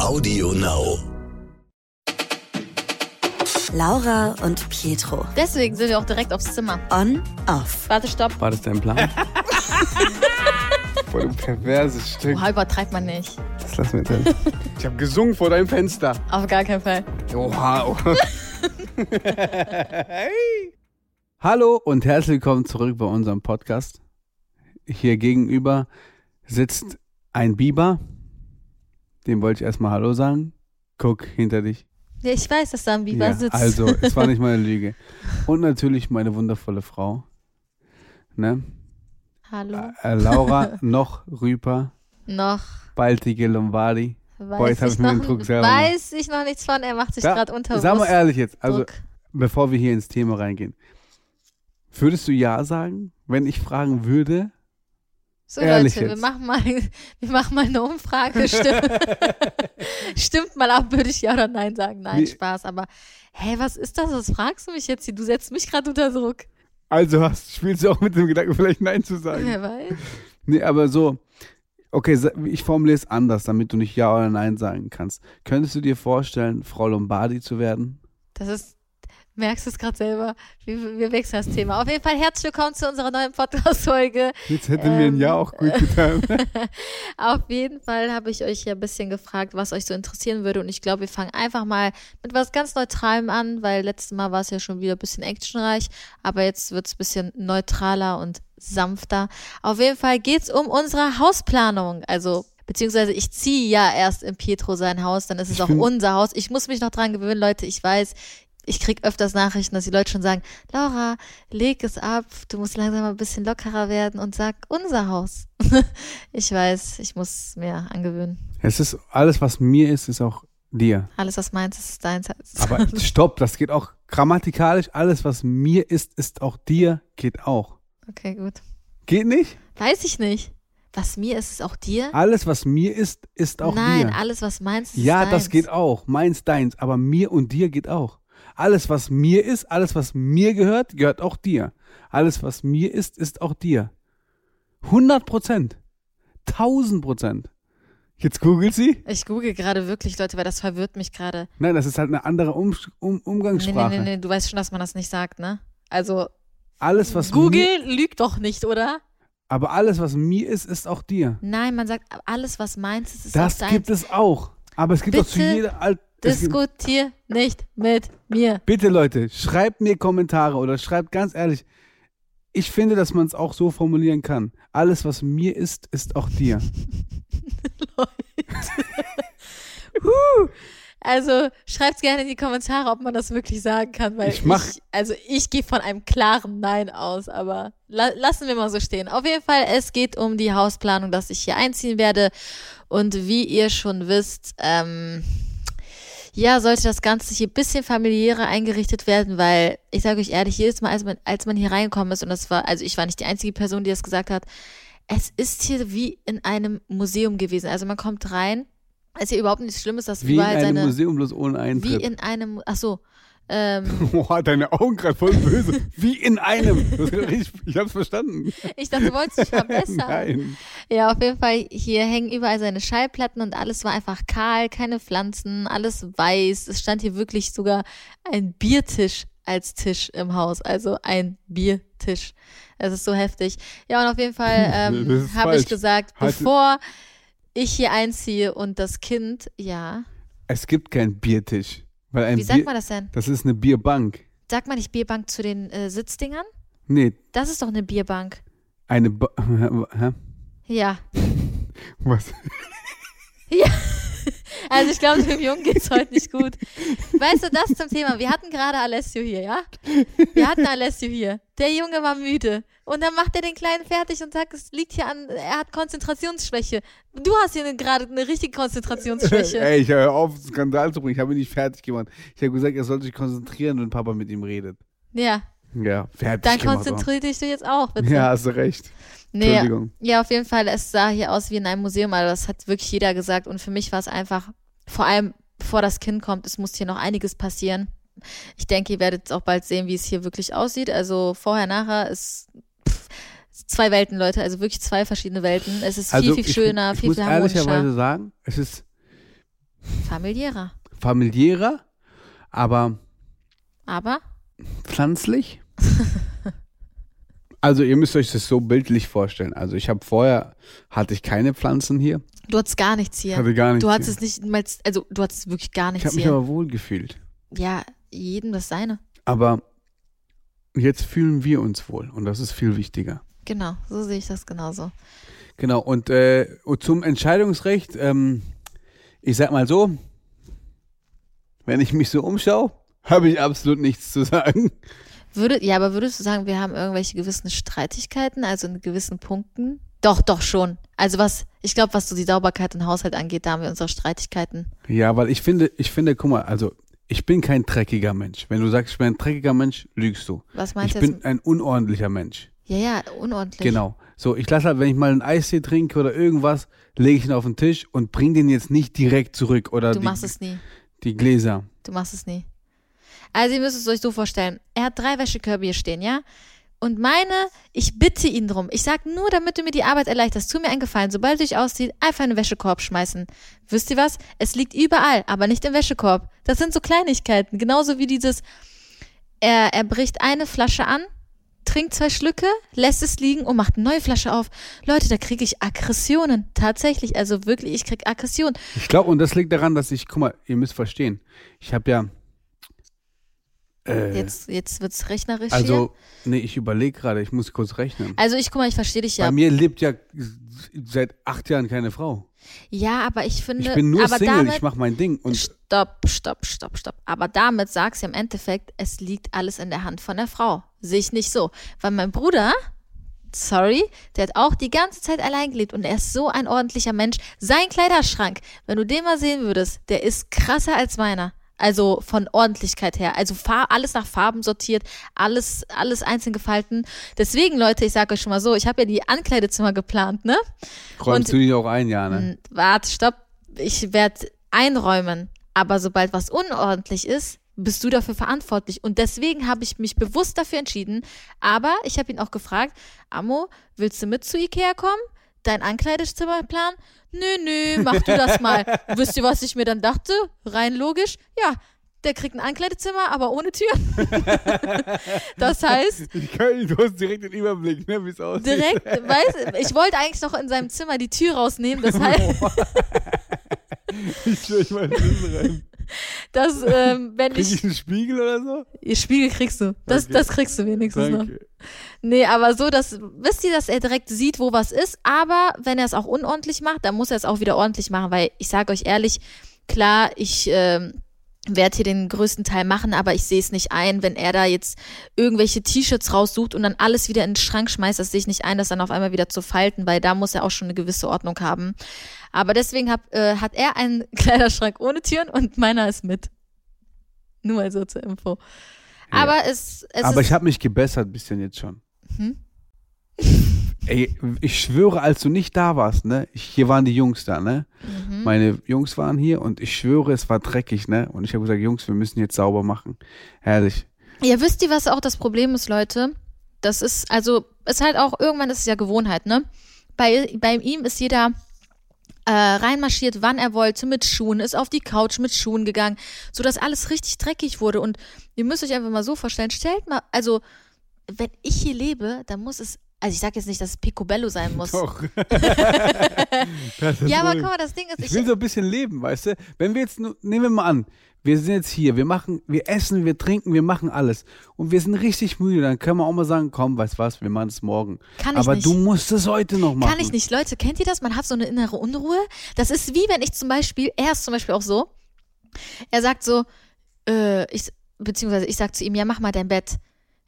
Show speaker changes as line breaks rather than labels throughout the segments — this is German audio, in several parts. Audio Now.
Laura und Pietro.
Deswegen sind wir auch direkt aufs Zimmer.
On, off.
Warte, stopp.
War das dein Plan?
Voll ein perverses Stück.
Oha, Oh, übertreibt man nicht.
Das lassen wir drin.
Ich habe gesungen vor deinem Fenster.
Auf gar keinen Fall.
Oha. oha.
Hallo und herzlich willkommen zurück bei unserem Podcast. Hier gegenüber sitzt ein Biber. Dem wollte ich erstmal Hallo sagen. Guck hinter dich.
Ja, ich weiß, dass da ein Biber
Ja,
sitzt.
Also, es war nicht meine Lüge. Und natürlich meine wundervolle Frau. Ne?
Hallo.
Äh, Laura noch Rüper,
Noch.
baldige Lombardi.
Weiß
Boah, jetzt hab
ich
ich mir
noch,
den Druck selber gemacht.
Weiß ich noch nichts von. Er macht sich
Da-
gerade unter
Sag mal ehrlich jetzt, also
Druck.
bevor wir hier ins Thema reingehen. Würdest du Ja sagen, wenn ich fragen würde?
So
ehrlich
Leute, wir
jetzt.
machen, mal, wir machen mal eine Umfrage. Stimmt, stimmt mal ab, würde ich ja oder nein sagen. Nein,
Wie-
Spaß. Aber, hey, was ist das? Was fragst du mich jetzt hier? Du setzt mich gerade unter Druck.
Also hast, spielst du auch mit dem Gedanken, vielleicht Nein zu sagen.
Wer weiß.
Nee, aber so, okay, sa- ich formuliere es anders, damit du nicht Ja oder Nein sagen kannst. Könntest du dir vorstellen, Frau Lombardi zu werden?
Das ist, merkst du es gerade selber? Wir, wir wechseln das Thema. Auf jeden Fall herzlich willkommen zu unserer neuen Podcast-Folge.
Jetzt hätte mir ein Ja
Ähm,
auch gut getan.
Auf jeden Fall habe ich euch ja ein bisschen gefragt, was euch so interessieren würde. Und ich glaube, wir fangen einfach mal mit was ganz Neutralem an, weil letztes Mal war es ja schon wieder ein bisschen actionreich. Aber jetzt wird es ein bisschen neutraler und sanfter. Auf jeden Fall geht es um unsere Hausplanung. Also. Beziehungsweise ich ziehe ja erst in Pietro sein Haus, dann ist es
Ich
auch
bin-
unser Haus. Ich muss mich noch dran gewöhnen, Leute. Ich weiß, ich krieg öfters Nachrichten, dass die Leute schon sagen, Laura, leg es ab, du musst langsam mal ein bisschen lockerer werden und sag unser Haus. ich weiß, ich muss mir angewöhnen.
es ist alles, was mir ist, ist auch dir.
Alles, was meins ist, ist deins.
Aber stopp, das geht auch grammatikalisch. Alles, was mir ist, ist auch dir, geht auch.
Okay, gut.
Geht nicht?
Weiß ich nicht. Was mir ist, ist auch dir?
Alles, was mir ist, ist auch
Nein,
dir.
alles, was meins ist,
Ja,
ist deins.
das geht auch. Meins, deins. Aber mir und dir geht auch. Alles, was mir ist, alles, was mir gehört, gehört auch dir. Alles, was mir ist, ist auch dir. 100 Prozent. 1000 Prozent. Jetzt googelt sie?
Ich google gerade wirklich, Leute, weil das verwirrt mich gerade.
Nein, das ist halt eine andere um um
Nee, nee,
Umgangssprache.
nee, nee, du weißt schon, dass man das nicht sagt, ne? Also,
Alles, was mir,
Google lügt doch nicht, oder?
aber alles, was mir ist, ist auch dir.
Nein, man sagt, alles, was meins ist, ist auch
Das
deins.
gibt es auch. Aber es gibt auch zu
Bitte
jeder Alt. es gibt-
Diskutier nicht mit mir.
Bitte Leute, schreibt mir Kommentare oder schreibt ganz ehrlich, ich finde, dass man es auch so formulieren kann. Alles, was mir ist, ist auch dir.
Also schreibt gerne in die Kommentare, ob man das wirklich sagen kann, weil
Ich mach-
also ich gehe von einem klaren Nein aus, aber la lassen wir mal so stehen. Auf jeden Fall, es geht um die Hausplanung, dass ich hier einziehen werde und wie ihr schon wisst, ähm, ja, sollte das Ganze hier ein bisschen familiärer eingerichtet werden, weil ich sage euch ehrlich, jedes Mal, als man, als man hier reingekommen ist, und das war, also ich war nicht die einzige Person, die das gesagt hat, es ist hier wie in einem Museum gewesen. Also man kommt rein, es ist ja überhaupt nichts Schlimmes, dass
Wie in
überall
einem
seine.
Museum, bloß ohne
wie
Eintritt.
in einem. Ach so. Ähm,
Boah, deine Augen gerade voll böse. Wie in einem. Das ist richtig, ich hab's verstanden.
ich dachte, du wolltest dich verbessern.
Nein.
Ja, auf jeden Fall, hier hängen überall seine Schallplatten und alles war einfach kahl, keine Pflanzen, alles weiß. Es stand hier wirklich sogar ein Biertisch als Tisch im Haus. Also ein Biertisch. Es ist so heftig. Ja, und auf jeden Fall
Nee, das
ähm,
ist
habe ich
falsch.
gesagt,
Halt-
bevor ich hier einziehe und das Kind, ja.
Es gibt keinen Biertisch. Weil ein
Wie sagt
Bier,
man das denn?
das ist eine Bierbank.
Sagt man nicht Bierbank zu den äh, Sitzdingern?
Nee,
Das ist doch eine Bierbank.
eine. Ba Hä?
Ja.
Was?
Also ich glaube, dem Jungen geht's heute nicht gut. Weißt du, das zum Thema. Wir hatten gerade Alessio hier, ja? Wir hatten Alessio hier. Der Junge war müde. Und dann macht er den Kleinen fertig und sagt, es liegt hier an, er hat Konzentrationsschwäche. Du hast hier eine- gerade eine richtige Konzentrationsschwäche.
Äh, Ey, ich höre auf, Skandal zu bringen. Ich habe ihn nicht fertig gemacht. Ich habe gesagt, er soll sich konzentrieren, wenn Papa mit ihm redet.
Ja,
Ja, fertig
dann
gemacht. auch.
konzentrier dich du jetzt auch, bitte.
Ja, hast du recht.
Nee,
Entschuldigung.
Ja, auf jeden Fall, es sah hier aus wie in einem Museum, also das hat wirklich jeder gesagt. Und für mich war es einfach, vor allem bevor das Kind kommt, es muss hier noch einiges passieren. Ich denke, ihr werdet auch bald sehen, wie es hier wirklich aussieht. Also vorher, nachher ist pff, zwei Welten, Leute, also wirklich zwei verschiedene Welten. Es ist viel,
Also
viel
ich-
schöner,
ich
viel,
muss
viel harmonischer,
ehrlicherweise sagen, es ist
familiärer.
familiärer, aber
Aber
pflanzlich.
Also ihr müsst euch das so bildlich vorstellen. Also ich habe vorher, hatte ich keine Pflanzen hier.
du hattest gar nichts hier.
Ich hatte gar nichts.
Du
hier.
hattest nicht mal, also du hattest wirklich gar
ich
nichts
habe mich
hier.
aber wohl gefühlt.
Ja, jedem das seine.
Aber jetzt fühlen wir uns wohl und das ist viel wichtiger.
Genau, so sehe ich das genauso.
Genau, und, äh, und zum Entscheidungsrecht, ähm, ich sag mal so, wenn ich mich so umschaue, habe ich absolut nichts zu sagen.
Würde, ja, aber würdest du sagen, wir haben irgendwelche gewissen Streitigkeiten, also in gewissen Punkten? Doch, doch schon. Also was, ich glaube, was so die Sauberkeit im Haushalt angeht, da haben wir unsere Streitigkeiten.
Ja, weil ich finde, ich finde, guck mal, also ich bin kein dreckiger Mensch. Wenn du sagst, ich bin ein dreckiger Mensch, lügst du.
Was meinst
ich
du jetzt?
bin ein unordentlicher Mensch.
Ja, ja, unordentlich.
Genau. So, ich lasse halt, wenn ich mal einen Eistee trinke oder irgendwas, lege ich ihn auf den Tisch und bring den jetzt nicht direkt zurück oder
Du
die,
machst es nie.
die Gläser.
Du machst es nie. Also ihr müsst es euch so vorstellen. Er hat drei Wäschekörbe hier stehen, ja? Und meine, ich bitte ihn drum. Ich sag nur, damit du mir die Arbeit erleichterst. Tu mir einen Gefallen. Sobald du dich ausziehst, einfach in den Wäschekorb schmeißen. Wisst ihr was? Es liegt überall, aber nicht im Wäschekorb. Das sind so Kleinigkeiten. Genauso wie dieses, er, er bricht eine Flasche an, trinkt zwei Schlücke, lässt es liegen und macht eine neue Flasche auf. Leute, da kriege ich Aggressionen. Tatsächlich, also wirklich, ich krieg Aggression.
Ich glaube, und das liegt daran, dass ich, guck mal, ihr müsst verstehen, ich habe ja. Äh,
Jetzt, jetzt wird's rechnerisch hier.
also, nee, ich überlege gerade, ich muss kurz rechnen.
Also ich guck mal, ich verstehe dich ja.
Bei mir lebt ja seit acht Jahren keine Frau.
Ja, aber ich finde,
Ich bin nur
Ne, aber
Single,
damit,
ich mache mein Ding. Und
stopp, stopp, stopp, stopp. Aber damit sagst du im Endeffekt, es liegt alles in der Hand von der Frau. Sehe ich nicht so, weil mein Bruder, sorry, der hat auch die ganze Zeit allein gelebt und er ist so ein ordentlicher Mensch. Sein Kleiderschrank, wenn du den mal sehen würdest, der ist krasser als meiner. Also von Ordentlichkeit her. Also fa- alles nach Farben sortiert, alles, alles einzeln gefalten. Deswegen, Leute, ich sage euch schon mal so, ich habe ja die Ankleidezimmer geplant, ne?
räumst
und-
du dich auch ein, ja, ne?
N- Warte, stopp. Ich werde einräumen. Aber sobald was unordentlich ist, bist du dafür verantwortlich. Und deswegen habe ich mich bewusst dafür entschieden. Aber ich habe ihn auch gefragt, Amo, willst du mit zu Ikea kommen? Dein Ankleidezimmerplan? Nö, nö, mach du das mal. Wisst ihr, was ich mir dann dachte? Rein logisch? Ja, der kriegt ein Ankleidezimmer, aber ohne Türen. das heißt,
Köln, du hast direkt den Überblick, ne, wie es aussieht.
direkt, weiß, ich wollte eigentlich noch in seinem Zimmer die Tür rausnehmen. Das heißt,
Ich schwör, ich meine, rein.
dass ähm, wenn
Krieg
ich
ich einen Spiegel oder so?
ihr Spiegel kriegst du. Das,
Okay.
das kriegst du wenigstens noch.
Danke.
Nee, aber so, dass, wisst ihr, dass er direkt sieht, wo was ist, aber wenn er es auch unordentlich macht, dann muss er es auch wieder ordentlich machen, weil ich sage euch ehrlich, klar, ich ähm, werde hier den größten Teil machen, aber ich sehe es nicht ein, wenn er da jetzt irgendwelche T-Shirts raussucht und dann alles wieder in den Schrank schmeißt, das sehe ich nicht ein, das dann auf einmal wieder zu falten, weil da muss er auch schon eine gewisse Ordnung haben. Aber deswegen hab, äh, hat er einen Kleiderschrank ohne Türen und meiner ist mit. Nur mal so zur Info.
Ja.
Aber es, es
Aber
ist
ich habe mich gebessert ein bisschen jetzt schon.
Hm?
Ey, ich schwöre, als du nicht da warst, ne? Ich, hier waren die Jungs da, ne?
Mhm.
Meine Jungs waren hier und ich schwöre, es war dreckig, ne? Und ich habe gesagt, Jungs, wir müssen jetzt sauber machen. Herrlich.
Ja, wisst ihr, was auch das Problem ist, Leute? Das ist, also, ist halt auch, irgendwann ist es ja Gewohnheit, ne? Bei, bei ihm ist jeder äh, reinmarschiert, wann er wollte, mit Schuhen, ist auf die Couch mit Schuhen gegangen, sodass alles richtig dreckig wurde. Und ihr müsst euch einfach mal so vorstellen, stellt mal, also, wenn ich hier lebe, dann muss es, also ich sag jetzt nicht, dass es Picobello sein muss.
Doch.
ja, aber guck mal, das Ding ist,
Ich will so ein bisschen leben, weißt du? Wenn wir jetzt, nur- nehmen wir mal an, wir sind jetzt hier, wir machen, wir essen, wir trinken, wir machen alles. Und wir sind richtig müde, dann können wir auch mal sagen, komm, weißt was, wir machen es morgen.
Kann ich
Aber
nicht.
du musst es heute noch machen.
Kann ich nicht. Leute, kennt ihr das? Man hat so eine innere Unruhe. Das ist wie wenn ich zum Beispiel, er ist zum Beispiel auch so, er sagt so, äh, ich, beziehungsweise ich sag zu ihm, ja, mach mal dein Bett.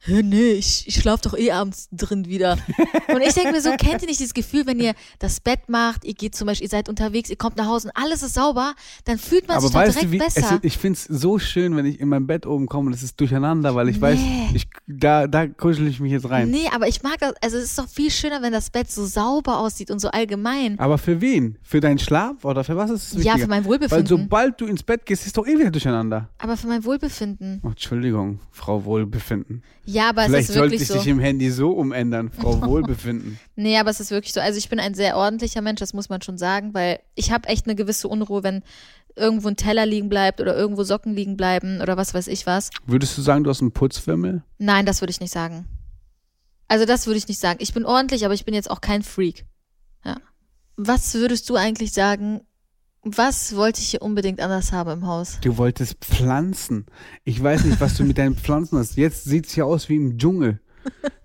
Hä, nee, ich, ich schlaf doch eh abends drin wieder. Und ich denke mir so, kennt ihr nicht dieses Gefühl, wenn ihr das Bett macht, ihr geht zum Beispiel, ihr seid unterwegs, ihr kommt nach Hause und alles ist sauber, dann fühlt man
Aber
sich doch
weißt
direkt
du, wie, es,
besser.
ich find's so schön, wenn ich in mein Bett oben komme und es ist durcheinander, weil ich weiß,
Nee.
ich, da, da kuschel ich mich jetzt rein.
Nee, aber ich mag das, also es ist doch viel schöner, wenn das Bett so sauber aussieht und so allgemein.
Aber für wen? Für deinen Schlaf oder für was ist es
Ja,
wichtiger?
für mein
Weil
Wohlbefinden.
sobald du ins Bett gehst, ist doch eh wieder durcheinander.
aber für mein Wohlbefinden.
Oh, Entschuldigung, Frau Wohlbefinden.
Ja, aber es
Vielleicht
ist
sollte
wirklich
ich
so.
dich im Handy so umändern, Frau Wohlbefinden.
Nee, aber es ist wirklich so. Also ich bin ein sehr ordentlicher Mensch, das muss man schon sagen, weil ich habe echt eine gewisse Unruhe, wenn irgendwo ein Teller liegen bleibt oder irgendwo Socken liegen bleiben oder was weiß ich was.
Würdest du sagen, du hast einen Putzfimmel?
Nein, das würde ich nicht sagen. Also das würde ich nicht sagen. Ich bin ordentlich, aber ich bin jetzt auch kein Freak. Ja. Was würdest du eigentlich sagen? Was wollte ich hier unbedingt anders haben im Haus?
Du wolltest Pflanzen. Ich weiß nicht, was du mit deinen Pflanzen hast. Jetzt sieht es hier aus wie im Dschungel.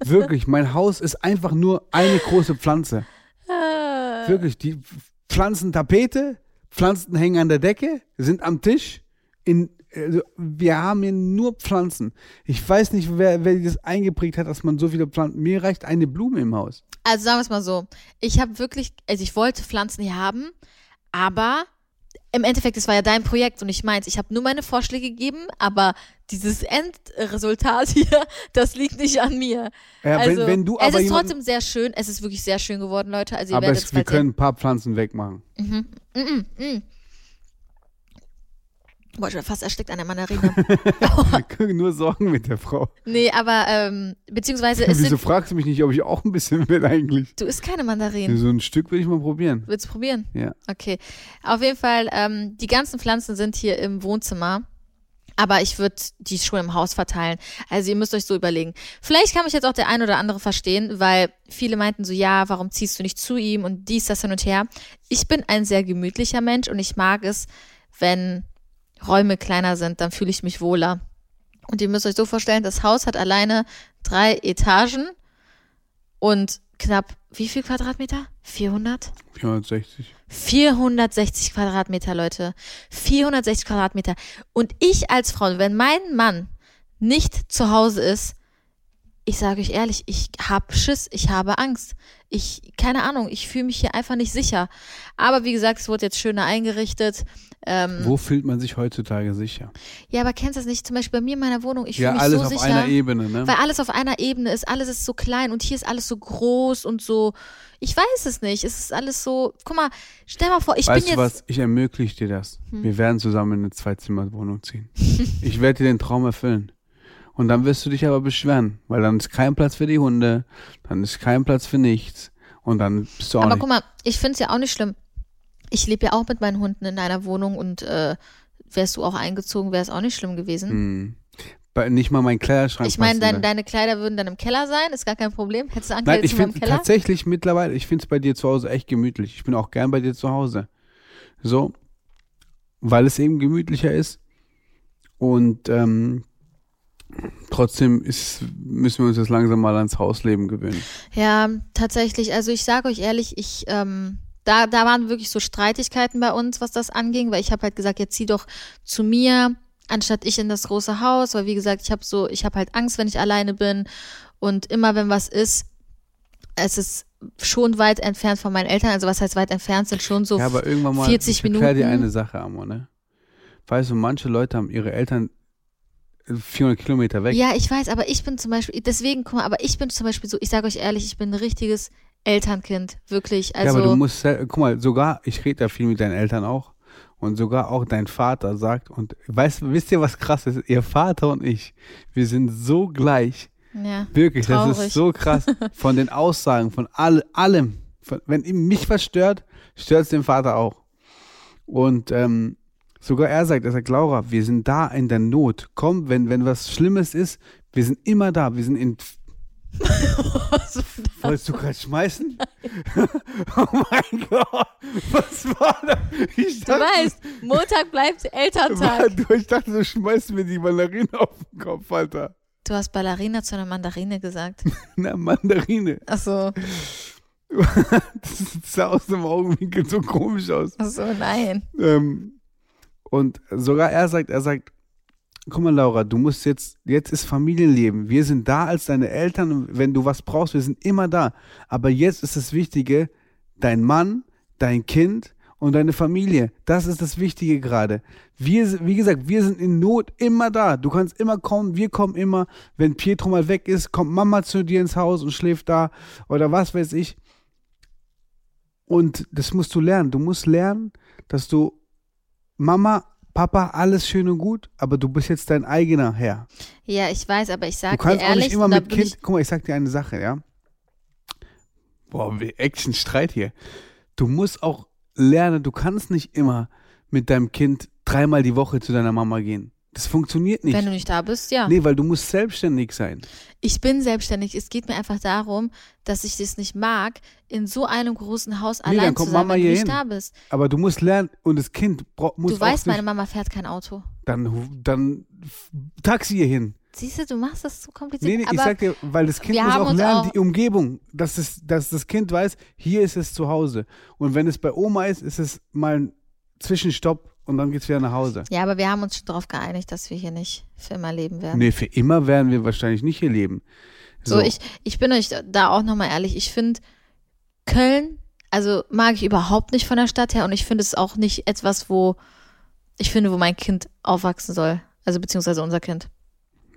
Wirklich, mein Haus ist einfach nur eine große Pflanze.
Äh.
Wirklich, die Pflanzentapete, Pflanzen hängen an der Decke, sind am Tisch. In, also wir haben hier nur Pflanzen. Ich weiß nicht, wer, wer das eingeprägt hat, dass man so viele Pflanzen. Mir reicht eine Blume im Haus.
Also sagen wir es mal so. Ich habe wirklich, also ich wollte Pflanzen hier haben, aber im Endeffekt, es war ja dein Projekt und ich meins. Ich habe nur meine Vorschläge gegeben, aber dieses Endresultat hier, das liegt nicht an mir.
Ja, wenn-
also,
wenn du
es
aber
ist
jemanden-
trotzdem sehr schön. Es ist wirklich sehr schön geworden, Leute. Also ihr
Aber
werdet
es, wir
bald sehen.
können ein paar Pflanzen wegmachen.
Boah, ich war fast erstickt an der Mandarine.
Wir können nur Sorgen mit der Frau.
nee, aber ähm, beziehungsweise es
Wieso
sind,
fragst du mich nicht, ob ich auch ein bisschen will eigentlich?
du isst keine Mandarinen.
So ein Stück will ich mal probieren.
Willst du probieren?
Ja.
Okay. Auf jeden Fall, ähm, die ganzen Pflanzen sind hier im Wohnzimmer. Aber ich würde die schon im Haus verteilen. Also ihr müsst euch so überlegen. Vielleicht kann mich jetzt auch der ein oder andere verstehen, weil viele meinten so, ja, warum ziehst du nicht zu ihm und dies, das hin und her. Ich bin ein sehr gemütlicher Mensch und ich mag es, wenn Räume kleiner sind, dann fühle ich mich wohler. Und ihr müsst euch so vorstellen, das Haus hat alleine drei Etagen und knapp, wie viel Quadratmeter? 400?
460.
460 Quadratmeter, Leute. 460 Quadratmeter. Und ich als Frau, wenn mein Mann nicht zu Hause ist, ich sage euch ehrlich, ich hab Schiss, ich habe Angst. Ich, keine Ahnung, ich fühle mich hier einfach nicht sicher. Aber wie gesagt, es wurde jetzt schöner eingerichtet. Ähm,
Wo fühlt man sich heutzutage sicher?
ja, aber kennst du das nicht? Zum Beispiel bei mir in meiner Wohnung, ich
ja,
fühle mich
alles
so
auf
sicher.
einer Ebene, ne?
Weil alles auf einer Ebene ist, alles ist so klein und hier ist alles so groß und so. Ich weiß es nicht. Es ist alles so. Guck mal, stell mal vor, ich
weißt
bin
du
jetzt. Hm.
was? Ich ermögliche dir das. Wir werden zusammen in eine Zweizimmerwohnung ziehen. ich werde dir den Traum erfüllen. Und dann wirst du dich aber beschweren, weil dann ist kein Platz für die Hunde, dann ist kein Platz für nichts und dann bist du auch
Aber
nicht.
guck mal, ich finde es ja auch nicht schlimm. Ich lebe ja auch mit meinen Hunden in einer Wohnung und äh, wärst du auch eingezogen, wäre es auch nicht schlimm gewesen.
Hm. Bei- Nicht mal mein Kleiderschrank.
Ich meine,
passt
dein,
in
deine Kleider würden dann im Keller sein, ist gar kein Problem. Hättest du
Nein,
angekleidet
ich
zu meinem
finde
Keller?
tatsächlich mittlerweile, ich finde es bei dir zu Hause echt gemütlich. Ich bin auch gern bei dir zu Hause. So, weil es eben gemütlicher ist. Und ähm, trotzdem ist, müssen wir uns jetzt langsam mal ans Hausleben gewöhnen.
Ja, tatsächlich. Also ich sage euch ehrlich, ich ähm, da da waren wirklich so Streitigkeiten bei uns, was das anging, weil ich habe halt gesagt, jetzt zieh doch zu mir anstatt ich in das große Haus, weil wie gesagt, ich habe so, ich habe halt Angst, wenn ich alleine bin und immer wenn was ist, es ist schon weit entfernt von meinen Eltern. Also was heißt weit entfernt sind schon so.
ja, aber irgendwann mal,
40
ich erkläre dir
Minuten.
eine Sache, Amor, ne? Weißt du, manche Leute haben ihre Eltern 400 Kilometer weg.
Ja, ich weiß, aber ich bin zum Beispiel deswegen, guck mal, aber ich bin zum Beispiel so, ich sage euch ehrlich, ich bin ein richtiges Elternkind, wirklich.
Ja,
Also
aber du musst, sel- guck mal, sogar, ich rede ja viel mit deinen Eltern auch. Und sogar auch dein Vater sagt, und weißt, wisst ihr, was krass ist? Ihr Vater und ich, wir sind so gleich.
ja.
Wirklich, das
Traurig.
ist so krass. Von den Aussagen, von all, allem. Von, wenn ihm mich was stört, stört es den Vater auch. Und ähm, sogar er sagt, er sagt, Laura, wir sind da in der Not. Komm, wenn, wenn was Schlimmes ist, wir sind immer da. Wir sind in. Wolltest du gerade schmeißen? oh mein Gott, was war das? Ich
Du weißt, Montag bleibt Elterntag.
Mann, du, ich dachte, du schmeißt mir die Mandarine auf den Kopf, Alter.
Du hast Ballerina zu einer Mandarine gesagt.
Na, Mandarine.
Ach so,
Das sah aus dem Augenwinkel so komisch aus.
ach so, nein.
Ähm, und sogar er sagt, er sagt, guck mal Laura, du musst jetzt, jetzt ist Familienleben. Wir sind da als deine Eltern. Und Wenn du was brauchst, wir sind immer da. Aber jetzt ist das Wichtige, dein Mann, dein Kind und deine Familie. Das ist das Wichtige gerade. Wir, wie gesagt, wir sind in Not immer da. Du kannst immer kommen, wir kommen immer. Wenn Pietro mal weg ist, kommt Mama zu dir ins Haus und schläft da oder was weiß ich. Und das musst du lernen. Du musst lernen, dass du Mama, Papa, alles schön und gut, aber du bist jetzt dein eigener Herr.
Ja, ich weiß, aber ich
Du
sag dir
kannst auch
ehrlich,
nicht immer
und da
mit
bin
Kind. Guck mal, ich sag dir eine Sache, ja. Boah, wie Action-Streit hier. Du musst auch lernen, du kannst nicht immer mit deinem Kind dreimal die Woche zu deiner Mama gehen. Das funktioniert
ich,
nicht.
wenn du nicht da bist, ja.
Nee, weil du musst selbstständig sein.
Ich bin selbstständig. Es geht mir einfach darum, dass ich das nicht mag, in so einem großen Haus
Nee, dann
allein zu
kommt
sein,
Mama
wenn du
hier
nicht
hin.
da bist.
Aber du musst lernen und das Kind bra- muss
Du weißt,
auch
meine
nicht,
Mama fährt kein Auto.
dann, hu- dann f- Taxi hier hin.
Siehst du, du machst das so kompliziert.
Nee, nee, ich
aber
sag dir, weil das Kind
wir
muss
haben
auch
uns
lernen,
auch-
die Umgebung, dass, es, dass das Kind weiß, hier ist es zu Hause. Und wenn es bei Oma ist, ist es mal ein Zwischenstopp und dann geht's wieder nach Hause.
ja, aber wir haben uns schon darauf geeinigt, dass wir hier nicht für immer leben werden.
Nee, für immer werden wir wahrscheinlich nicht hier leben.
So, ich, ich bin euch da auch nochmal ehrlich. Ich finde Köln, also mag ich überhaupt nicht von der Stadt her und ich finde es auch nicht etwas, wo ich finde, wo mein Kind aufwachsen soll. Also beziehungsweise unser Kind.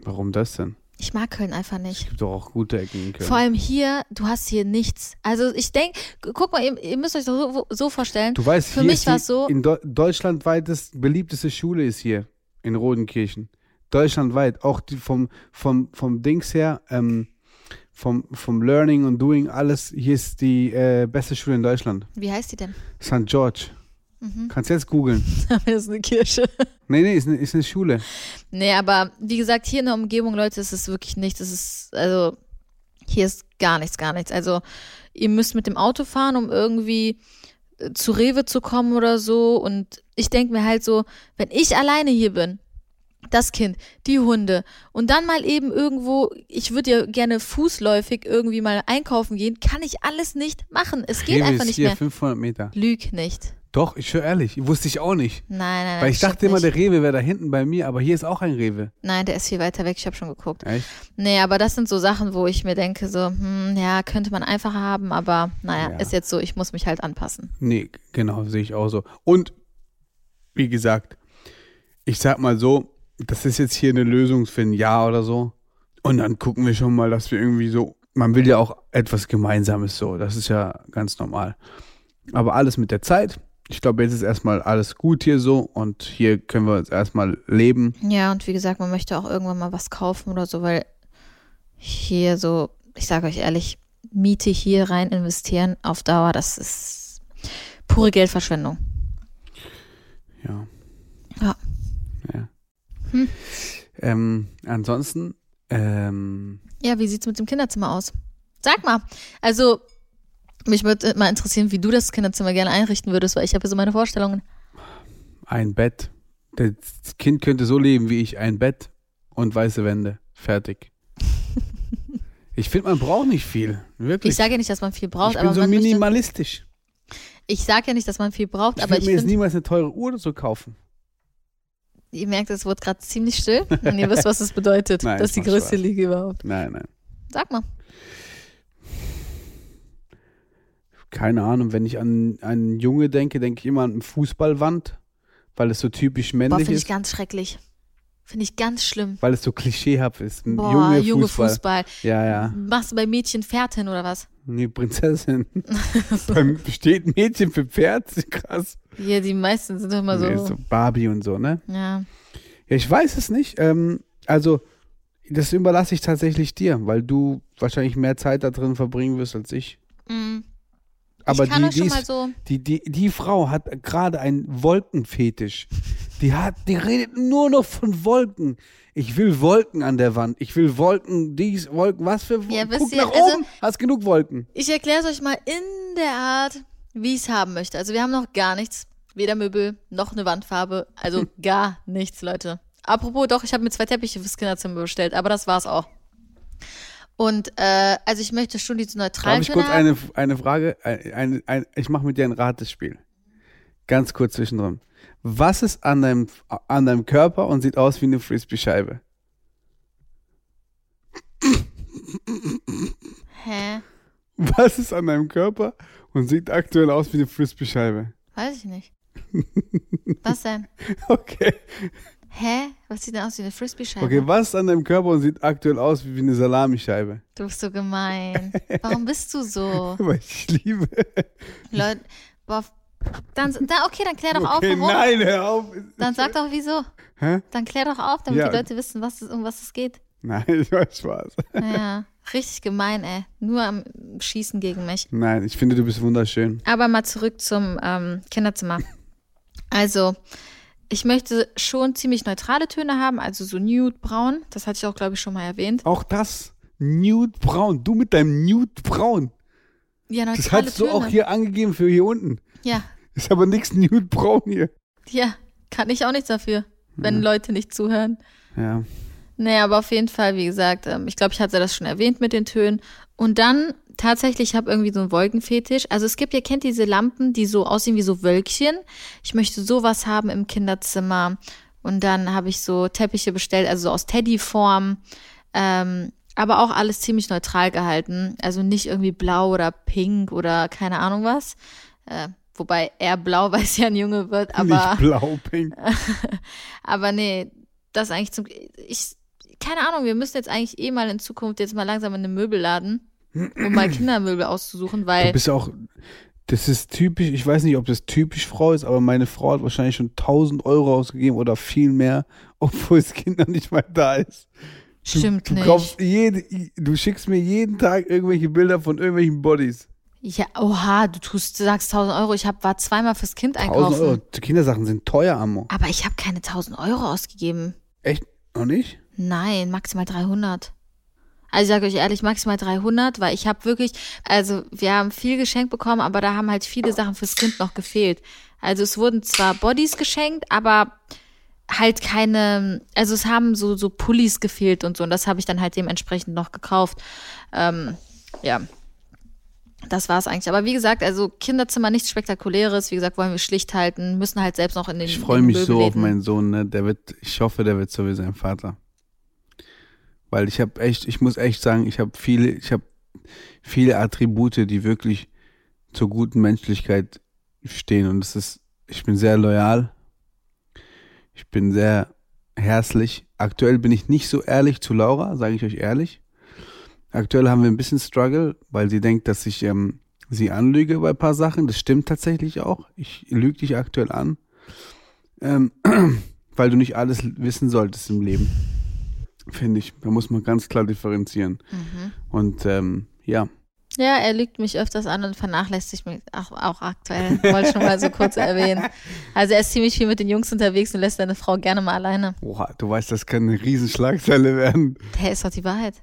Warum das denn?
Ich mag Köln einfach
Es
nicht.
gibt doch auch gute Ecken in Köln.
Vor allem hier, du hast hier nichts. Also ich denke, guck mal, ihr, ihr müsst euch das so, so vorstellen.
du weißt,
für
hier
mich
ist
war
die
es so-
in Deu deutschlandweit das beliebteste Schule ist hier in Rodenkirchen. Deutschlandweit, auch die vom, vom, vom Dings her, ähm, vom, vom Learning und Doing, alles. Hier ist die äh, beste Schule in Deutschland.
Wie heißt die denn?
St. George.
Mhm.
Kannst jetzt googeln.
das ist eine Kirche.
Nee, nee, ist eine, ist eine Schule.
Nee, aber wie gesagt, hier in der Umgebung, Leute, ist es wirklich nichts. Es ist, also, hier ist gar nichts, gar nichts. Also, ihr müsst mit dem Auto fahren, um irgendwie äh, zu Rewe zu kommen oder so. Und ich denke mir halt so, wenn ich alleine hier bin, das Kind, die Hunde und dann mal eben irgendwo, ich würde ja gerne fußläufig irgendwie mal einkaufen gehen, kann ich alles nicht machen. Es geht
Rewe
einfach
ist
nicht
hier
mehr.
500 Meter.
Lüg nicht.
Doch, ich höre ehrlich. Wusste ich auch nicht.
Nein, nein, nein.
Weil ich
stimmt
dachte immer,
nicht.
der Rewe wäre da hinten bei mir, aber hier ist auch ein Rewe.
Nein, der ist viel weiter weg. Ich habe schon geguckt.
Echt?
Nee, aber das sind so Sachen, wo ich mir denke, so, hm, ja, könnte man einfacher haben, aber naja,
Ja.
ist jetzt so, ich muss mich halt anpassen.
Nee, g- genau, sehe ich auch so.
Und wie gesagt, ich sag mal so, das ist jetzt hier eine Lösung für ein Jahr oder so. Und dann gucken wir schon mal, dass wir irgendwie so, man will ja auch etwas Gemeinsames so, das ist ja ganz normal. Aber alles mit der Zeit. Ich glaube, jetzt ist erstmal alles gut hier so und hier können wir jetzt erstmal leben.
Ja, und wie gesagt, man möchte auch irgendwann mal was kaufen oder so, weil hier so, ich sage euch ehrlich, Miete hier rein investieren auf Dauer, das ist pure Geldverschwendung.
Ja.
Ja.
ja.
Hm.
Ähm, ansonsten, ähm,
Ja, wie sieht's mit dem Kinderzimmer aus? Sag mal, also mich würde mal interessieren, wie du das Kinderzimmer gerne einrichten würdest, weil ich habe ja so meine Vorstellungen.
ein Bett. Das Kind könnte so leben wie ich. Ein Bett und weiße Wände. Fertig. ich finde, man braucht nicht viel. Wirklich.
Ich sage ja nicht, dass man viel braucht,
ich
aber
bin so
man möchte-
minimalistisch.
ich sage ja nicht, dass man viel braucht,
Ich
aber
würde
ich
mir jetzt
finde
niemals eine teure Uhr oder so kaufen.
Ihr merkt, es wurde gerade ziemlich still und ihr wisst, was es bedeutet.
Nein,
das ist die
macht
größte
Spaß.
Liege überhaupt.
Nein, nein.
Sag mal.
Keine Ahnung, wenn ich an einen Junge denke, denke ich immer an eine Fußballwand, weil es so typisch
Boah,
männlich
finde ich
ist,
ganz schrecklich. Finde ich ganz schlimm.
weil es so klischeehaft ist. Ein
Boah,
Junge, Fußball.
Fußball.
Ja, ja.
Machst du bei Mädchen Pferd hin oder was?
Nee, Prinzessin. Beim steht Mädchen für Pferd, krass.
Ja, die meisten sind doch immer so.
Nee, so Barbie und so, ne?
Ja.
Ja, ich weiß es nicht. Ähm, also, das überlasse ich tatsächlich dir, weil du wahrscheinlich mehr Zeit da drin verbringen wirst als ich.
Mm.
Aber
ich kann
die,
euch
die,
schon
ist,
mal so.
die, die, die Frau hat gerade einen Wolkenfetisch. Die, hat, die redet nur noch von Wolken. Ich will Wolken an der Wand. Ich will Wolken, dies, Wolken, was für Wolken.
Ja, wisst
Guck
ihr,
nach
also-
oben, hast genug Wolken.
Ich erkläre es euch mal in der Art, wie ich es haben möchte. Also wir haben noch gar nichts. Weder Möbel noch eine Wandfarbe. Also gar nichts, Leute. Apropos, doch, ich habe mir zwei Teppiche fürs Kinderzimmer bestellt, aber das war's auch. Und äh, also ich möchte schon diese
Darf
neutralen
ich kurz
haben.
eine, eine Frage? Ein, ein, ein, ich mache mit dir ein Ratespiel. Ganz kurz zwischendrin. Was ist an deinem, an deinem Körper und sieht aus wie eine Frisbee-Scheibe?
Hä?
Was ist an deinem Körper und sieht aktuell aus wie eine Frisbee-Scheibe?
Weiß ich nicht. Was denn?
Okay.
Hä? Was sieht denn aus wie eine Frisbee-Scheibe?
Okay, was ist an deinem Körper und sieht aktuell aus wie eine Salamischeibe?
Du bist so gemein. Warum bist du so?
Weil ich liebe.
Leute, boah, Dann, dann okay, dann klär doch auf,
Okay,
warum.
nein, hör auf.
Dann sag doch wieso.
Hä?
Dann klär doch auf, damit
Ja.
die Leute wissen, was es, um was es geht.
Nein, ich weiß Spaß.
Ja, richtig gemein, ey. Nur am Schießen gegen mich.
Nein, ich finde, du bist wunderschön.
Aber mal zurück zum ähm, Kinderzimmer. Also, ich möchte schon ziemlich neutrale Töne haben, also so nude-braun. Das hatte ich auch, glaube ich, schon mal erwähnt.
Auch das Nude Braun. Du mit deinem Nude Braun.
Ja, neutrale
Das hast
Töne.
du auch hier angegeben für hier unten.
Ja,
Ist aber nichts Nude Braun hier.
ja, kann ich auch nichts dafür, wenn Leute nicht zuhören.
Ja.
Nee, aber auf jeden Fall, wie gesagt, ähm, ich glaube, ich hatte das schon erwähnt mit den Tönen. Und dann tatsächlich, ich habe irgendwie so einen Wolkenfetisch. Also es gibt, ihr kennt diese Lampen, die so aussehen wie so Wölkchen. Ich möchte sowas haben im Kinderzimmer. Und dann habe ich so Teppiche bestellt, also so aus Teddyform. Ähm, aber auch alles ziemlich neutral gehalten. Also nicht irgendwie blau oder pink oder keine Ahnung was. Äh, wobei eher blau, weil es ja ein Junge wird. Aber
Nicht blau-pink.
aber nee, das eigentlich zum. Ich, keine Ahnung, wir müssen jetzt eigentlich eh mal in Zukunft jetzt mal langsam in den Möbelladen, um mal Kindermöbel auszusuchen,
Du
weil.
bist auch, das ist typisch, ich weiß nicht, ob das typisch Frau ist, aber meine Frau hat wahrscheinlich schon 1000 Euro ausgegeben oder viel mehr, obwohl das Kind noch nicht mal da ist. Du,
Stimmt
du
nicht.
Kaufst jede, du schickst mir jeden Tag irgendwelche Bilder von irgendwelchen Bodies.
Ja, oha, du tust, du sagst 1000 Euro. Ich hab, war zweimal fürs Kind
1000
einkaufen.
Euro. Kindersachen sind teuer, Amor.
Aber ich habe keine 1000 Euro ausgegeben.
Echt? Noch nicht?
Nein, maximal 300. Also ich sage euch ehrlich, maximal 300, weil ich habe wirklich, also wir haben viel geschenkt bekommen, aber da haben halt viele Sachen fürs Kind noch gefehlt. Also es wurden zwar Bodies geschenkt, aber halt keine, also es haben so so Pullis gefehlt und so und das habe ich dann halt dementsprechend noch gekauft. Ähm, ja, das war's eigentlich. Aber wie gesagt, also Kinderzimmer nichts Spektakuläres. Wie gesagt, wollen wir schlicht halten, müssen halt selbst noch in den
Ich freue mich so auf
Möbelläden.
meinen Sohn, ne? Der wird, ich hoffe, der wird so wie sein Vater. Weil ich habe echt, ich muss echt sagen, ich habe viele, ich habe viele Attribute, die wirklich zur guten Menschlichkeit stehen. Und es ist, ich bin sehr loyal. Ich bin sehr herzlich. Aktuell bin ich nicht so ehrlich zu Laura, sage ich euch ehrlich. Aktuell haben wir ein bisschen Struggle, weil sie denkt, dass ich ähm, sie anlüge bei ein paar Sachen. Das stimmt tatsächlich auch. Ich lüge dich aktuell an ähm, weil du nicht alles wissen solltest im Leben. Finde ich. Da muss man ganz klar differenzieren.
Mhm.
Und ähm, ja,
Ja, er lügt mich öfters an und vernachlässigt mich auch, auch aktuell. Wollte schon mal so kurz erwähnen. Also er ist ziemlich viel mit den Jungs unterwegs und lässt seine Frau gerne mal alleine.
Oha, du weißt, das kann eine Riesenschlagzeile werden.
Hey, ist doch die Wahrheit.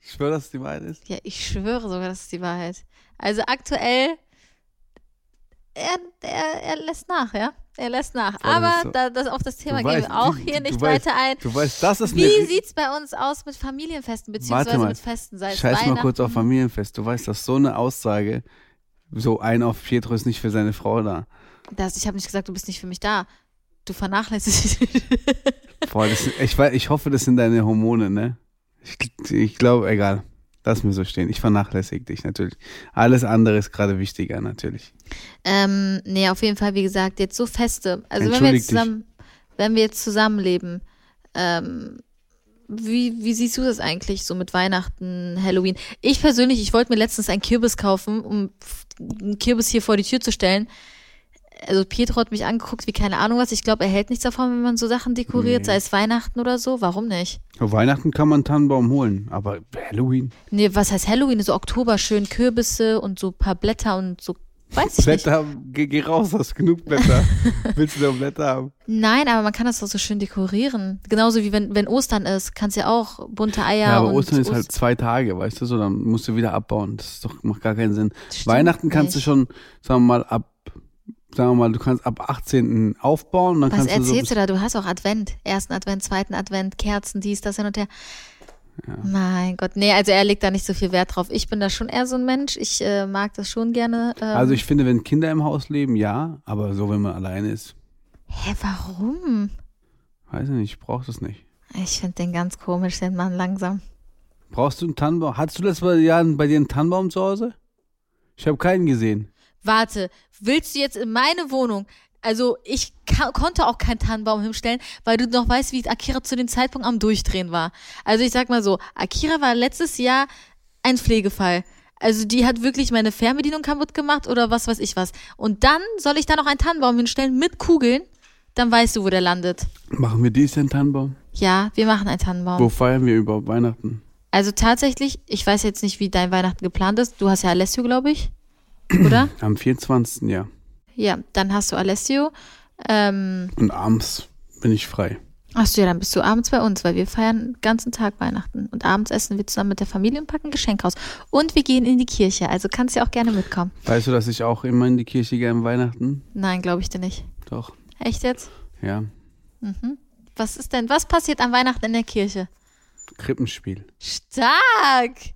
Ich schwöre, dass es die Wahrheit ist.
Ja, ich schwöre sogar, das ist die Wahrheit. Also aktuell, er, er, er lässt nach, ja? Er lässt nach.
das
Aber
ist so-
da, das, auf das Thema
Du
gehen
weißt,
wir auch
du-
hier
du
nicht
weißt-
weiter ein.
Du weißt, das ne- ist
Wie
eine-
sieht's bei uns aus mit Familienfesten,
Warte
beziehungsweise
mal.
mit Festen? Sei es
Scheiß mal
Weihnachten?
kurz auf Familienfest. Du weißt, dass so eine Aussage, so ein auf Pietro ist nicht für seine Frau da.
Das, ich habe nicht gesagt, du bist nicht für mich da. Du vernachlässigst mich.
Boah, das, ich, wei- ich hoffe, das sind deine Hormone, ne? Ich, ich glaube, egal. Lass mir so stehen. Ich vernachlässige dich natürlich. Alles andere ist gerade wichtiger, natürlich.
Ähm, nee, auf jeden Fall, wie gesagt, jetzt so Feste. Also wenn wir
Entschuldig
jetzt zusammen, wenn wir jetzt zusammenleben, ähm, wie, wie siehst du das eigentlich so mit Weihnachten, Halloween? Ich persönlich, ich wollte mir letztens einen Kürbis kaufen, um f- einen Kürbis hier vor die Tür zu stellen. Also Pietro hat mich angeguckt, wie keine Ahnung was. Ich glaube, er hält nichts davon, wenn man so Sachen dekoriert, sei es Weihnachten oder so. Warum nicht?
Auf Weihnachten kann man einen Tannenbaum holen, aber Halloween.
Nee, was heißt Halloween? So Oktober schön Kürbisse und so ein paar Blätter und so, weiß ich nicht.
Blätter, geh, geh raus, hast genug Blätter. Willst du noch Blätter haben?
Nein, aber man kann das doch so schön dekorieren. Genauso wie wenn, wenn Ostern ist, kannst ja auch bunte Eier
Ja, aber
und
Ostern ist
Ost-
halt zwei Tage, weißt du so, dann musst du wieder abbauen. Das ist doch, macht gar keinen Sinn.
Stimmt
Weihnachten kannst du
nicht.
schon, sagen wir mal, ab, sagen wir mal, du kannst ab 18. aufbauen und dann
Was
kannst du so.
erzählst du da? Du hast auch Advent. Ersten Advent, zweiten Advent, Kerzen, dies, das hin und her. Mein Gott, nee, also er legt da nicht so viel Wert drauf. Ich bin da schon eher so ein Mensch. Ich äh, mag das schon gerne. Ähm,
Also ich finde, wenn Kinder im Haus leben, ja, aber so, wenn man alleine ist,
hä, warum?
weiß ich nicht, ich brauch das nicht.
Ich finde den ganz komisch, den Mann langsam.
Brauchst du einen Tannenbaum? Hattest du letztes Jahr bei dir einen Tannenbaum zu Hause? Ich habe keinen gesehen.
Warte, willst du jetzt in meine Wohnung? Also ich ka- konnte auch keinen Tannenbaum hinstellen, weil du noch weißt, wie Akira zu dem Zeitpunkt am Durchdrehen war. Also ich sag mal so, Akira war letztes Jahr ein Pflegefall. Also die hat wirklich meine Fernbedienung kaputt gemacht oder was weiß ich was. Und dann soll ich da noch einen Tannenbaum hinstellen mit Kugeln, dann weißt du, wo der landet.
Machen wir dies den Tannenbaum?
Ja, wir machen einen Tannenbaum.
Wo feiern wir überhaupt Weihnachten?
Also tatsächlich, ich weiß jetzt nicht, wie dein Weihnachten geplant ist. Du hast ja Alessio, glaube ich. Oder?
Am 24. Ja.
ja, dann hast du Alessio. Ähm,
Und abends bin ich frei.
Achso, ja, dann bist du abends bei uns, weil wir feiern den ganzen Tag Weihnachten. Und abends essen wir zusammen mit der Familie und packen Geschenk aus. Und wir gehen in die Kirche, also kannst ja auch gerne mitkommen.
Weißt du, dass ich auch immer in die Kirche gehe am Weihnachten?
Nein, glaube ich dir nicht.
Doch.
Echt jetzt?
Ja.
Was ist denn, was passiert an Weihnachten in der Kirche?
Krippenspiel.
Stark!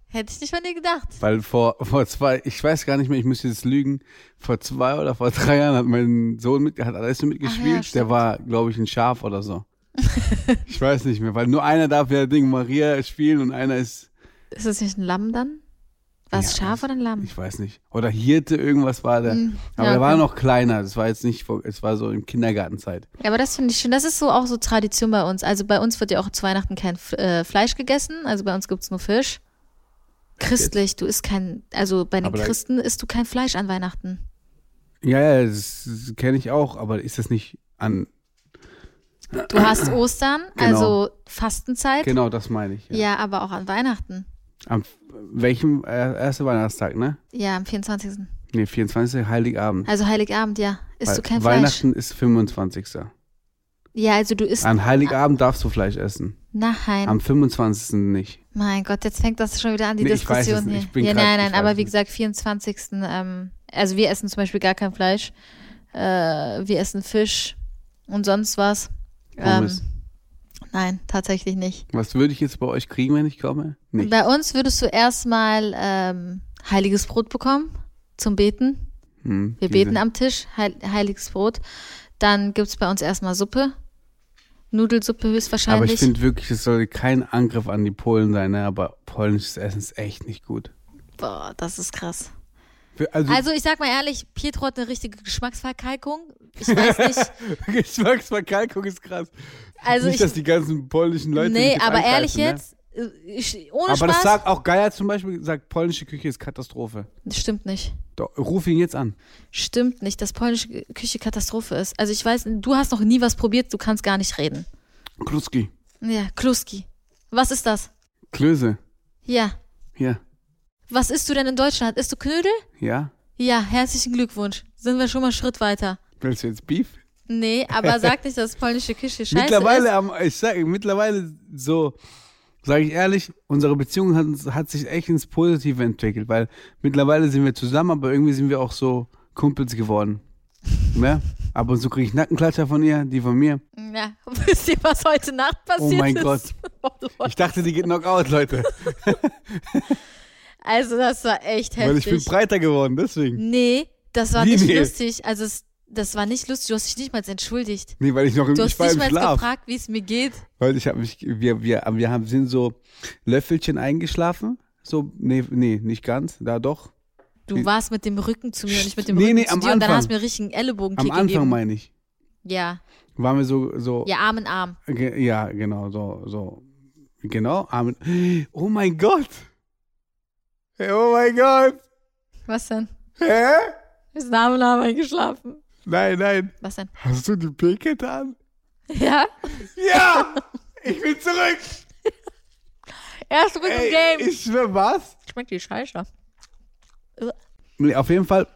Hätte ich nicht von dir gedacht.
Weil vor, vor zwei, ich weiß gar nicht mehr, ich müsste jetzt lügen, vor zwei oder vor drei Jahren hat mein Sohn mit, hat Alessio
Ach ja,
mitgespielt.
stimmt.
der war, glaube ich, ein Schaf oder so. ich weiß nicht mehr, weil nur einer darf ja Ding Maria spielen und einer ist,
Ist das nicht ein Lamm dann? War es
Ja,
Schaf oder ein Lamm?
ich weiß nicht, oder Hirte, irgendwas war der.
Hm,
Aber
ja,
der war
okay.
noch kleiner, das war jetzt nicht, vor- es war so in Kindergartenzeit.
Ja, aber das finde ich schön. Das ist so auch so Tradition bei uns. Also bei uns wird ja auch zu Weihnachten kein F- äh, Fleisch gegessen. Also bei uns gibt es nur Fisch. Christlich, du isst kein, also bei den
Aber da-
Christen isst du kein Fleisch an Weihnachten.
Ja, ja, das kenne ich auch, aber ist das nicht an,
Du hast Ostern,
Genau.
also Fastenzeit.
genau das meine ich.
Ja. aber auch an Weihnachten.
Am welchem, äh, erster Weihnachtstag, ne?
Ja, am 24.
Ne, 24. Heiligabend.
Also Heiligabend, ja. Isst
Weil
du kein Fleisch?
Weihnachten ist 25.
Ja, also du isst.
An Heiligabend darfst du Fleisch essen.
Nein.
Am 25. nicht.
Mein Gott, jetzt fängt das schon wieder an, die
Nee, ich weiß es
Diskussion
nicht.
hier.
Ich bin
ja,
grad-
nein,
ich
nein,
weiß
aber wie
nicht.
gesagt, 24. Ähm, also wir essen zum Beispiel gar kein Fleisch. Äh, wir essen Fisch und sonst was.
Pommes.
Ähm. nein, tatsächlich nicht.
Was würde ich jetzt bei euch kriegen, wenn ich komme? Nicht.
Bei uns würdest du erstmal ähm, heiliges Brot bekommen zum Beten.
Hm,
Wir
diese-
beten am Tisch, heil, heiliges Brot. Dann gibt's bei uns erstmal Suppe. Nudelsuppe höchstwahrscheinlich.
Aber ich finde wirklich, es sollte kein Angriff an die Polen sein, ne? aber polnisches Essen ist echt nicht gut.
Boah, das ist krass.
Für- Also,
Also ich sag mal ehrlich, Pietro hat eine richtige Geschmacksverkalkung. Ich weiß nicht.
Geschmacksverkalkung ist krass.
Also
nicht, dass
ich,
die ganzen polnischen Leute. mich
nee,
jetzt
aber
angreifen,
ehrlich
ne?
jetzt, äh, ich, ohne
Aber das
Spaß,
sagt auch Geier zum Beispiel, sagt polnische Küche ist Katastrophe.
stimmt nicht.
Doch, ruf ihn jetzt an.
Stimmt nicht, dass polnische Küche Katastrophe ist. Also ich weiß, du hast noch nie was probiert, du kannst gar nicht reden.
Kluski.
Ja, Kluski. Was ist das?
Klöße.
Ja.
Ja.
Was isst du denn in Deutschland? Isst du Knödel?
Ja.
Ja, herzlichen Glückwunsch. Sind wir schon mal einen Schritt weiter.
Willst du jetzt Beef?
Nee, aber sag nicht, dass polnische Küche scheiße
mittlerweile,
ist.
am, ich sag, mittlerweile so, sage ich ehrlich, unsere Beziehung hat, uns- hat sich echt ins Positive entwickelt, weil mittlerweile sind wir zusammen, aber irgendwie sind wir auch so Kumpels geworden. Ne? Ab und zu kriege ich Nackenklatscher von ihr, die von mir.
Ja, wisst ihr, was heute Nacht passiert
mein
ist?
Gott.
Oh Gott.
Ich dachte, die geht Knockout, Leute,
Also das war echt heftig.
weil ich bin breiter geworden, deswegen.
Nee, das war
Wie
nicht
nee?
lustig. Also es, das war nicht lustig. Du hast dich nicht mal entschuldigt.
Nee, weil ich noch im,
Du
ich
hast
war
nicht
im
mal
Schlaf.
gefragt, wie es mir geht.
Weil ich habe mich, wir, wir, wir haben, sind so Löffelchen eingeschlafen. So, nee, nee, nicht ganz, da doch.
Du
Nee.
warst mit dem Rücken zu mir und ich mit dem
Hm. Nee,
Rücken
nee,
zu
am
dir und dann
Anfang.
hast du mir richtig einen Ellenbogenkick
Am Anfang
gegeben.
meine ich.
ja,
Waren wir so, so
ja, Arm in Arm.
Ge ja, genau, so, so. Genau, Amen. Oh mein Gott! Hey, Oh mein Gott!
Was denn?
Hä?
Wir sind Arm in Arm eingeschlafen.
Nein, nein.
Was denn?
Hast du die P-Kette an?
Ja?
Ja! Ich bin zurück!
Erst mit dem
Ey,
Game.
ich schwör was?
Schmeckt die Scheiße.
Nee, auf jeden Fall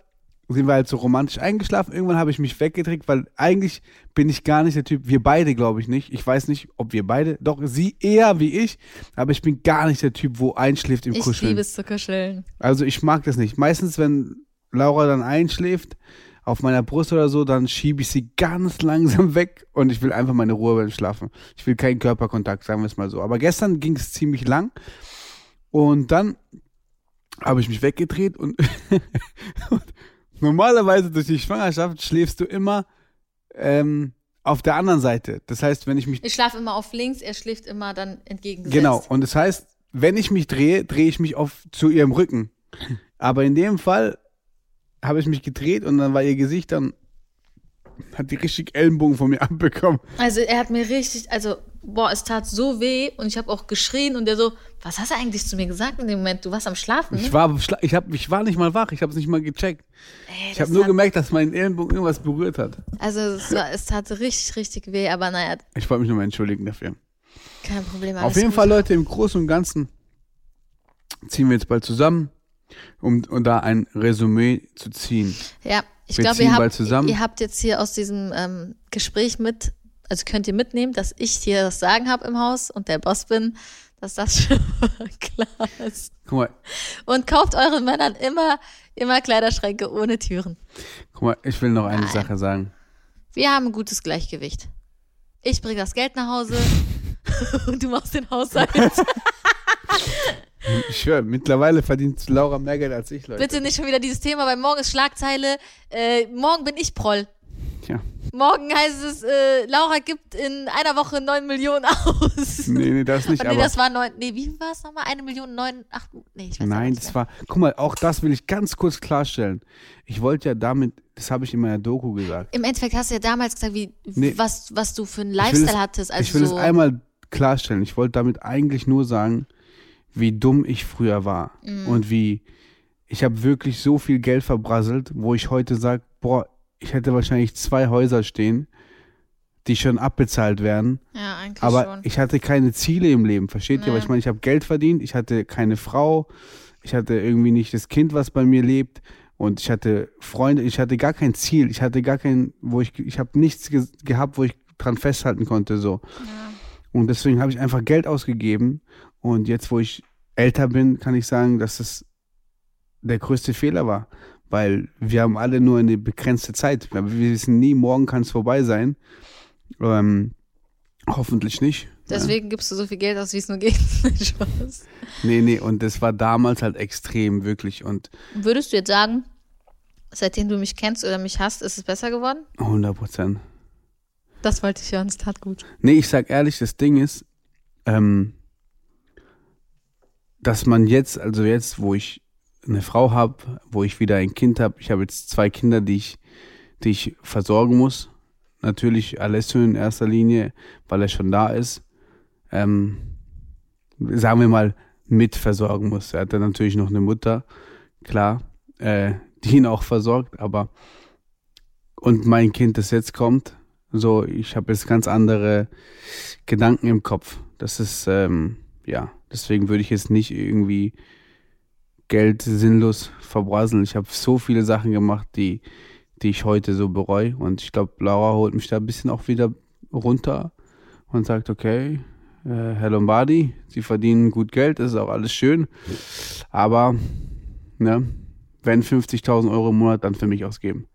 sind wir halt so romantisch eingeschlafen. Irgendwann habe ich mich weggedrückt, weil eigentlich bin ich gar nicht der Typ, wir beide glaube ich nicht. Ich weiß nicht, ob wir beide, doch sie eher wie ich, aber ich bin gar nicht der Typ, wo einschläft im
Ich
Kuscheln.
liebe es zu kuscheln.
Also ich mag das nicht. Meistens, wenn Laura dann einschläft, auf meiner Brust oder so, dann schiebe ich sie ganz langsam weg und ich will einfach meine Ruhe beim Schlafen. Ich will keinen Körperkontakt, sagen wir es mal so. Aber gestern ging es ziemlich lang und dann habe ich mich weggedreht und, und normalerweise durch die Schwangerschaft schläfst du immer ähm, auf der anderen Seite. Das heißt, wenn ich mich
Ich schlafe immer auf links, er schläft immer dann entgegengesetzt.
Genau, und das heißt, wenn ich mich drehe, drehe ich mich auf zu ihrem Rücken. Aber in dem Fall habe ich mich gedreht und dann war ihr Gesicht dann Hat die richtig Ellenbogen von mir abbekommen.
Also er hat mir richtig, also boah, es tat so weh und ich habe auch geschrien und der so, was hast du eigentlich zu mir gesagt in dem Moment? Du warst am Schlafen?
Ich war, am Schla- ich, hab, ich war nicht mal wach, ich habe es nicht mal gecheckt.
Ey,
Ich
das
habe nur
tat-
gemerkt, dass mein Ellenbogen irgendwas berührt hat.
Also es, war, es tat richtig, richtig weh, aber naja,
Ich wollte mich nochmal entschuldigen dafür.
kein Problem.
Auf
alles
jeden
gut.
Fall, Leute, im Großen und Ganzen ziehen wir jetzt bald zusammen, um, um da ein Resümee zu ziehen.
Ja, ich
Wir
glaube,
ziehen
ihr,
bald
habt-
zusammen.
ihr habt jetzt hier aus diesem ähm, Gespräch mit, also könnt ihr mitnehmen, dass ich hier das Sagen habe im Haus und der Boss bin, dass das schon mal klar ist.
Guck mal,
Und kauft euren Männern immer, immer Kleiderschränke ohne Türen.
guck mal ich will noch eine Sache sagen.
Wir haben ein gutes Gleichgewicht. Ich bringe das Geld nach Hause und du machst den Haushalt.
Ich höre, mittlerweile verdient Laura mehr Geld als ich, Leute.
Bitte nicht schon wieder dieses Thema, weil morgen ist Schlagzeile. Äh, morgen bin ich Proll.
Tja.
Morgen heißt es, äh, Laura gibt in einer Woche 9 Millionen aus.
Nee, nee, das nicht,
Ah,
aber.
nee, das war neun. Nee, wie war es nochmal? Eine Million neun, acht. Nee, ich weiß auch
Nein,
nicht
das
mehr.
war. Guck mal, auch das will ich ganz kurz klarstellen. Ich wollte ja damit, das habe ich in meiner Doku gesagt.
Im Endeffekt hast du ja damals gesagt, wie,
Nee.
was, was du für einen
will
Lifestyle
es-
hattest. Also
ich will
so,
es einmal klarstellen. Ich wollte damit eigentlich nur sagen, wie dumm ich früher war.
Mhm.
Und wie ich habe wirklich so viel Geld verbrasselt, wo ich heute sage, boah, ich hätte wahrscheinlich zwei Häuser stehen, die schon abbezahlt werden.
ja, eigentlich
Aber
schon.
ich hatte keine Ziele im Leben, versteht ihr?
Nee.
Weil ich meine, ich habe Geld verdient, ich hatte keine Frau, ich hatte irgendwie nicht das Kind, was bei mir lebt und ich hatte Freunde, ich hatte gar kein Ziel, ich hatte gar kein, wo ich, ich habe nichts ge gehabt, wo ich dran festhalten konnte, so. Und deswegen habe ich einfach Geld ausgegeben und jetzt, wo ich älter bin, kann ich sagen, dass es der größte Fehler war, weil wir haben alle nur eine begrenzte Zeit. Wir wissen nie, morgen kann es vorbei sein. Ähm, hoffentlich nicht.
Deswegen gibst du so viel Geld aus, wie es nur geht. Spaß.
Nee, nee, und das war damals halt extrem, wirklich. Und
Würdest du jetzt sagen, seitdem du mich kennst oder mich hast, ist es besser geworden?
100 Prozent.
Das wollte ich hören, es tat gut.
Nee, ich sag ehrlich, das Ding ist, ähm, dass man jetzt, also jetzt, wo ich eine Frau habe, wo ich wieder ein Kind habe, ich habe jetzt zwei Kinder, die ich, die ich versorgen muss. Natürlich Alessio in erster Linie, weil er schon da ist. Ähm, sagen wir mal, mit versorgen muss. Er hat dann natürlich noch eine Mutter, klar, äh, die ihn auch versorgt, aber und mein Kind, das jetzt kommt, so, ich habe jetzt ganz andere Gedanken im Kopf. Das ist, ähm, ja, deswegen würde ich jetzt nicht irgendwie Geld sinnlos verbraseln. Ich habe so viele Sachen gemacht, die, die ich heute so bereue. Und ich glaube, Laura holt mich da ein bisschen auch wieder runter und sagt, okay, äh, Herr Lombardi, Sie verdienen gut Geld, das ist auch alles schön. Aber, ne, wenn 50.000 Euro im Monat, dann für mich ausgeben.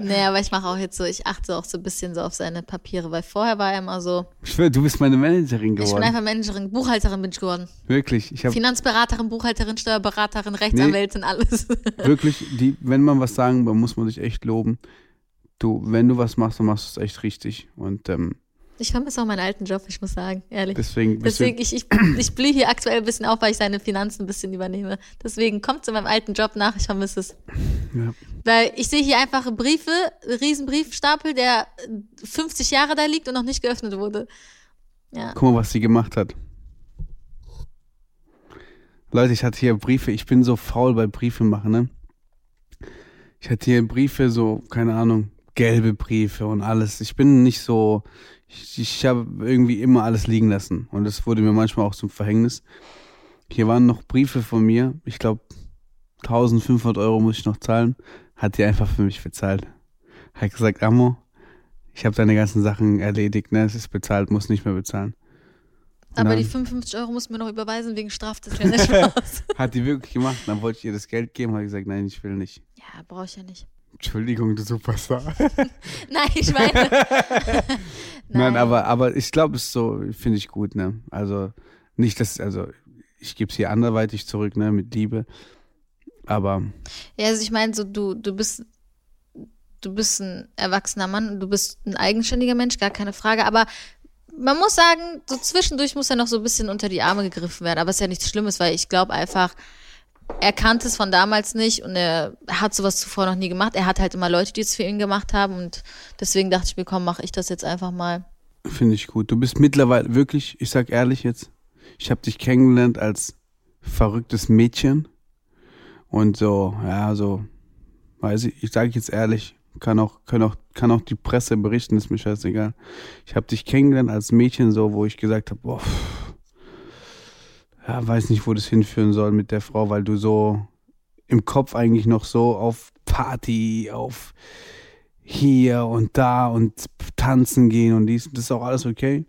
Nee, aber ich mache auch jetzt so, ich achte auch so ein bisschen so auf seine Papiere, weil vorher war er immer so,
Ich schwör, du bist meine
ich
Managerin
bin
geworden.
einfach Managerin, Buchhalterin bin ich geworden.
Wirklich, ich habe
Finanzberaterin, Buchhalterin, Steuerberaterin, Rechtsanwältin, alles.
wirklich, die, wenn man was sagen, dann muss man sich echt loben. Du, wenn du was machst, dann machst du es echt richtig. Und ähm,
Ich vermisse auch meinen alten Job, ich muss sagen, ehrlich.
deswegen,
Deswegen, ich, ich, ich blühe hier aktuell ein bisschen auf, weil ich seine Finanzen ein bisschen übernehme. Deswegen kommt zu meinem alten Job nach, ich vermisse es.
Ja.
Weil ich sehe hier einfach Briefe, einen riesen Briefstapel, der 50 Jahre da liegt und noch nicht geöffnet wurde. Ja.
guck mal, was sie gemacht hat. Leute, ich hatte hier Briefe, ich bin so faul bei Briefe machen, ne? Ich hatte hier Briefe, so, keine Ahnung, gelbe Briefe und alles. Ich bin nicht so, ich, ich habe irgendwie immer alles liegen lassen. Und das wurde mir manchmal auch zum Verhängnis. Hier waren noch Briefe von mir. Ich glaube, 1500 Euro muss ich noch zahlen. Hat die einfach für mich bezahlt. Hat gesagt, Amo, ich habe deine ganzen Sachen erledigt, ne? Es ist bezahlt, muss nicht mehr bezahlen. Und
Aber
dann
die 55 Euro muss mir noch überweisen wegen Straftes, wenn der Spaß.
hat die wirklich gemacht. Dann wollte ich ihr das Geld geben, hat gesagt, nein, ich will nicht.
ja, brauche ich ja nicht.
Entschuldigung, du Superstar.
Nein, ich meine.
Nein, aber, aber ich glaube, es ist so, finde ich gut, ne? Also, nicht, dass, also, ich gebe es hier anderweitig zurück, ne, mit Liebe. Aber
Ja, also ich meine, so du, du bist, du bist ein erwachsener Mann, und du bist ein eigenständiger Mensch, gar keine Frage. Aber man muss sagen, so zwischendurch muss ja noch so ein bisschen unter die Arme gegriffen werden. Aber es ist ja nichts Schlimmes, weil ich glaube einfach, er kannte es von damals nicht und er hat sowas zuvor noch nie gemacht. Er hat halt immer Leute, die es für ihn gemacht haben und deswegen dachte ich mir, komm, mache ich das jetzt einfach mal.
Finde ich gut. Du bist mittlerweile wirklich, ich sag ehrlich jetzt, ich habe dich kennengelernt als verrücktes Mädchen und so, ja, so, weiß ich, ich sage jetzt ehrlich, kann auch, kann auch, kann auch die Presse berichten, ist mir scheißegal. Ich habe dich kennengelernt als Mädchen so, wo ich gesagt habe, boah, pff, ja, weiß nicht, wo das hinführen soll mit der Frau, weil du so im Kopf eigentlich noch so auf Party, auf hier und da und tanzen gehen und dies, das ist auch alles okay.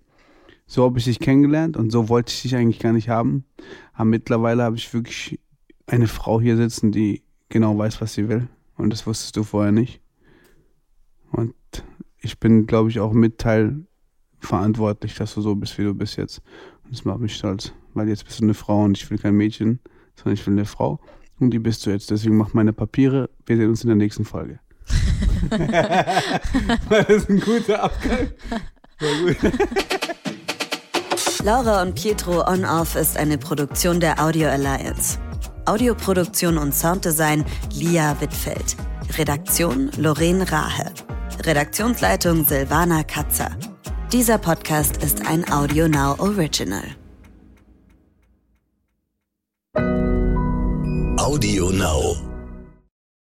So habe ich dich kennengelernt und so wollte ich dich eigentlich gar nicht haben. Aber mittlerweile habe ich wirklich eine Frau hier sitzen, die genau weiß, was sie will. Und das wusstest du vorher nicht. Und ich bin, glaube ich, auch mit Teil verantwortlich, dass du so bist, wie du bist jetzt. Und das macht mich stolz, weil jetzt bist du eine Frau und ich will kein Mädchen, sondern ich will eine Frau. Und die bist du jetzt. Deswegen mach meine Papiere. Wir sehen uns in der nächsten Folge.
das ist ein guter Abgang. Sehr gut.
Laura und Pietro On Off ist eine Produktion der Audio Alliance. Audioproduktion und Sounddesign Lia Wittfeld. Redaktion Lorraine Rahe. Redaktionsleitung Silvana Katzer. Dieser Podcast ist ein Audio Now Original.
Audio Now.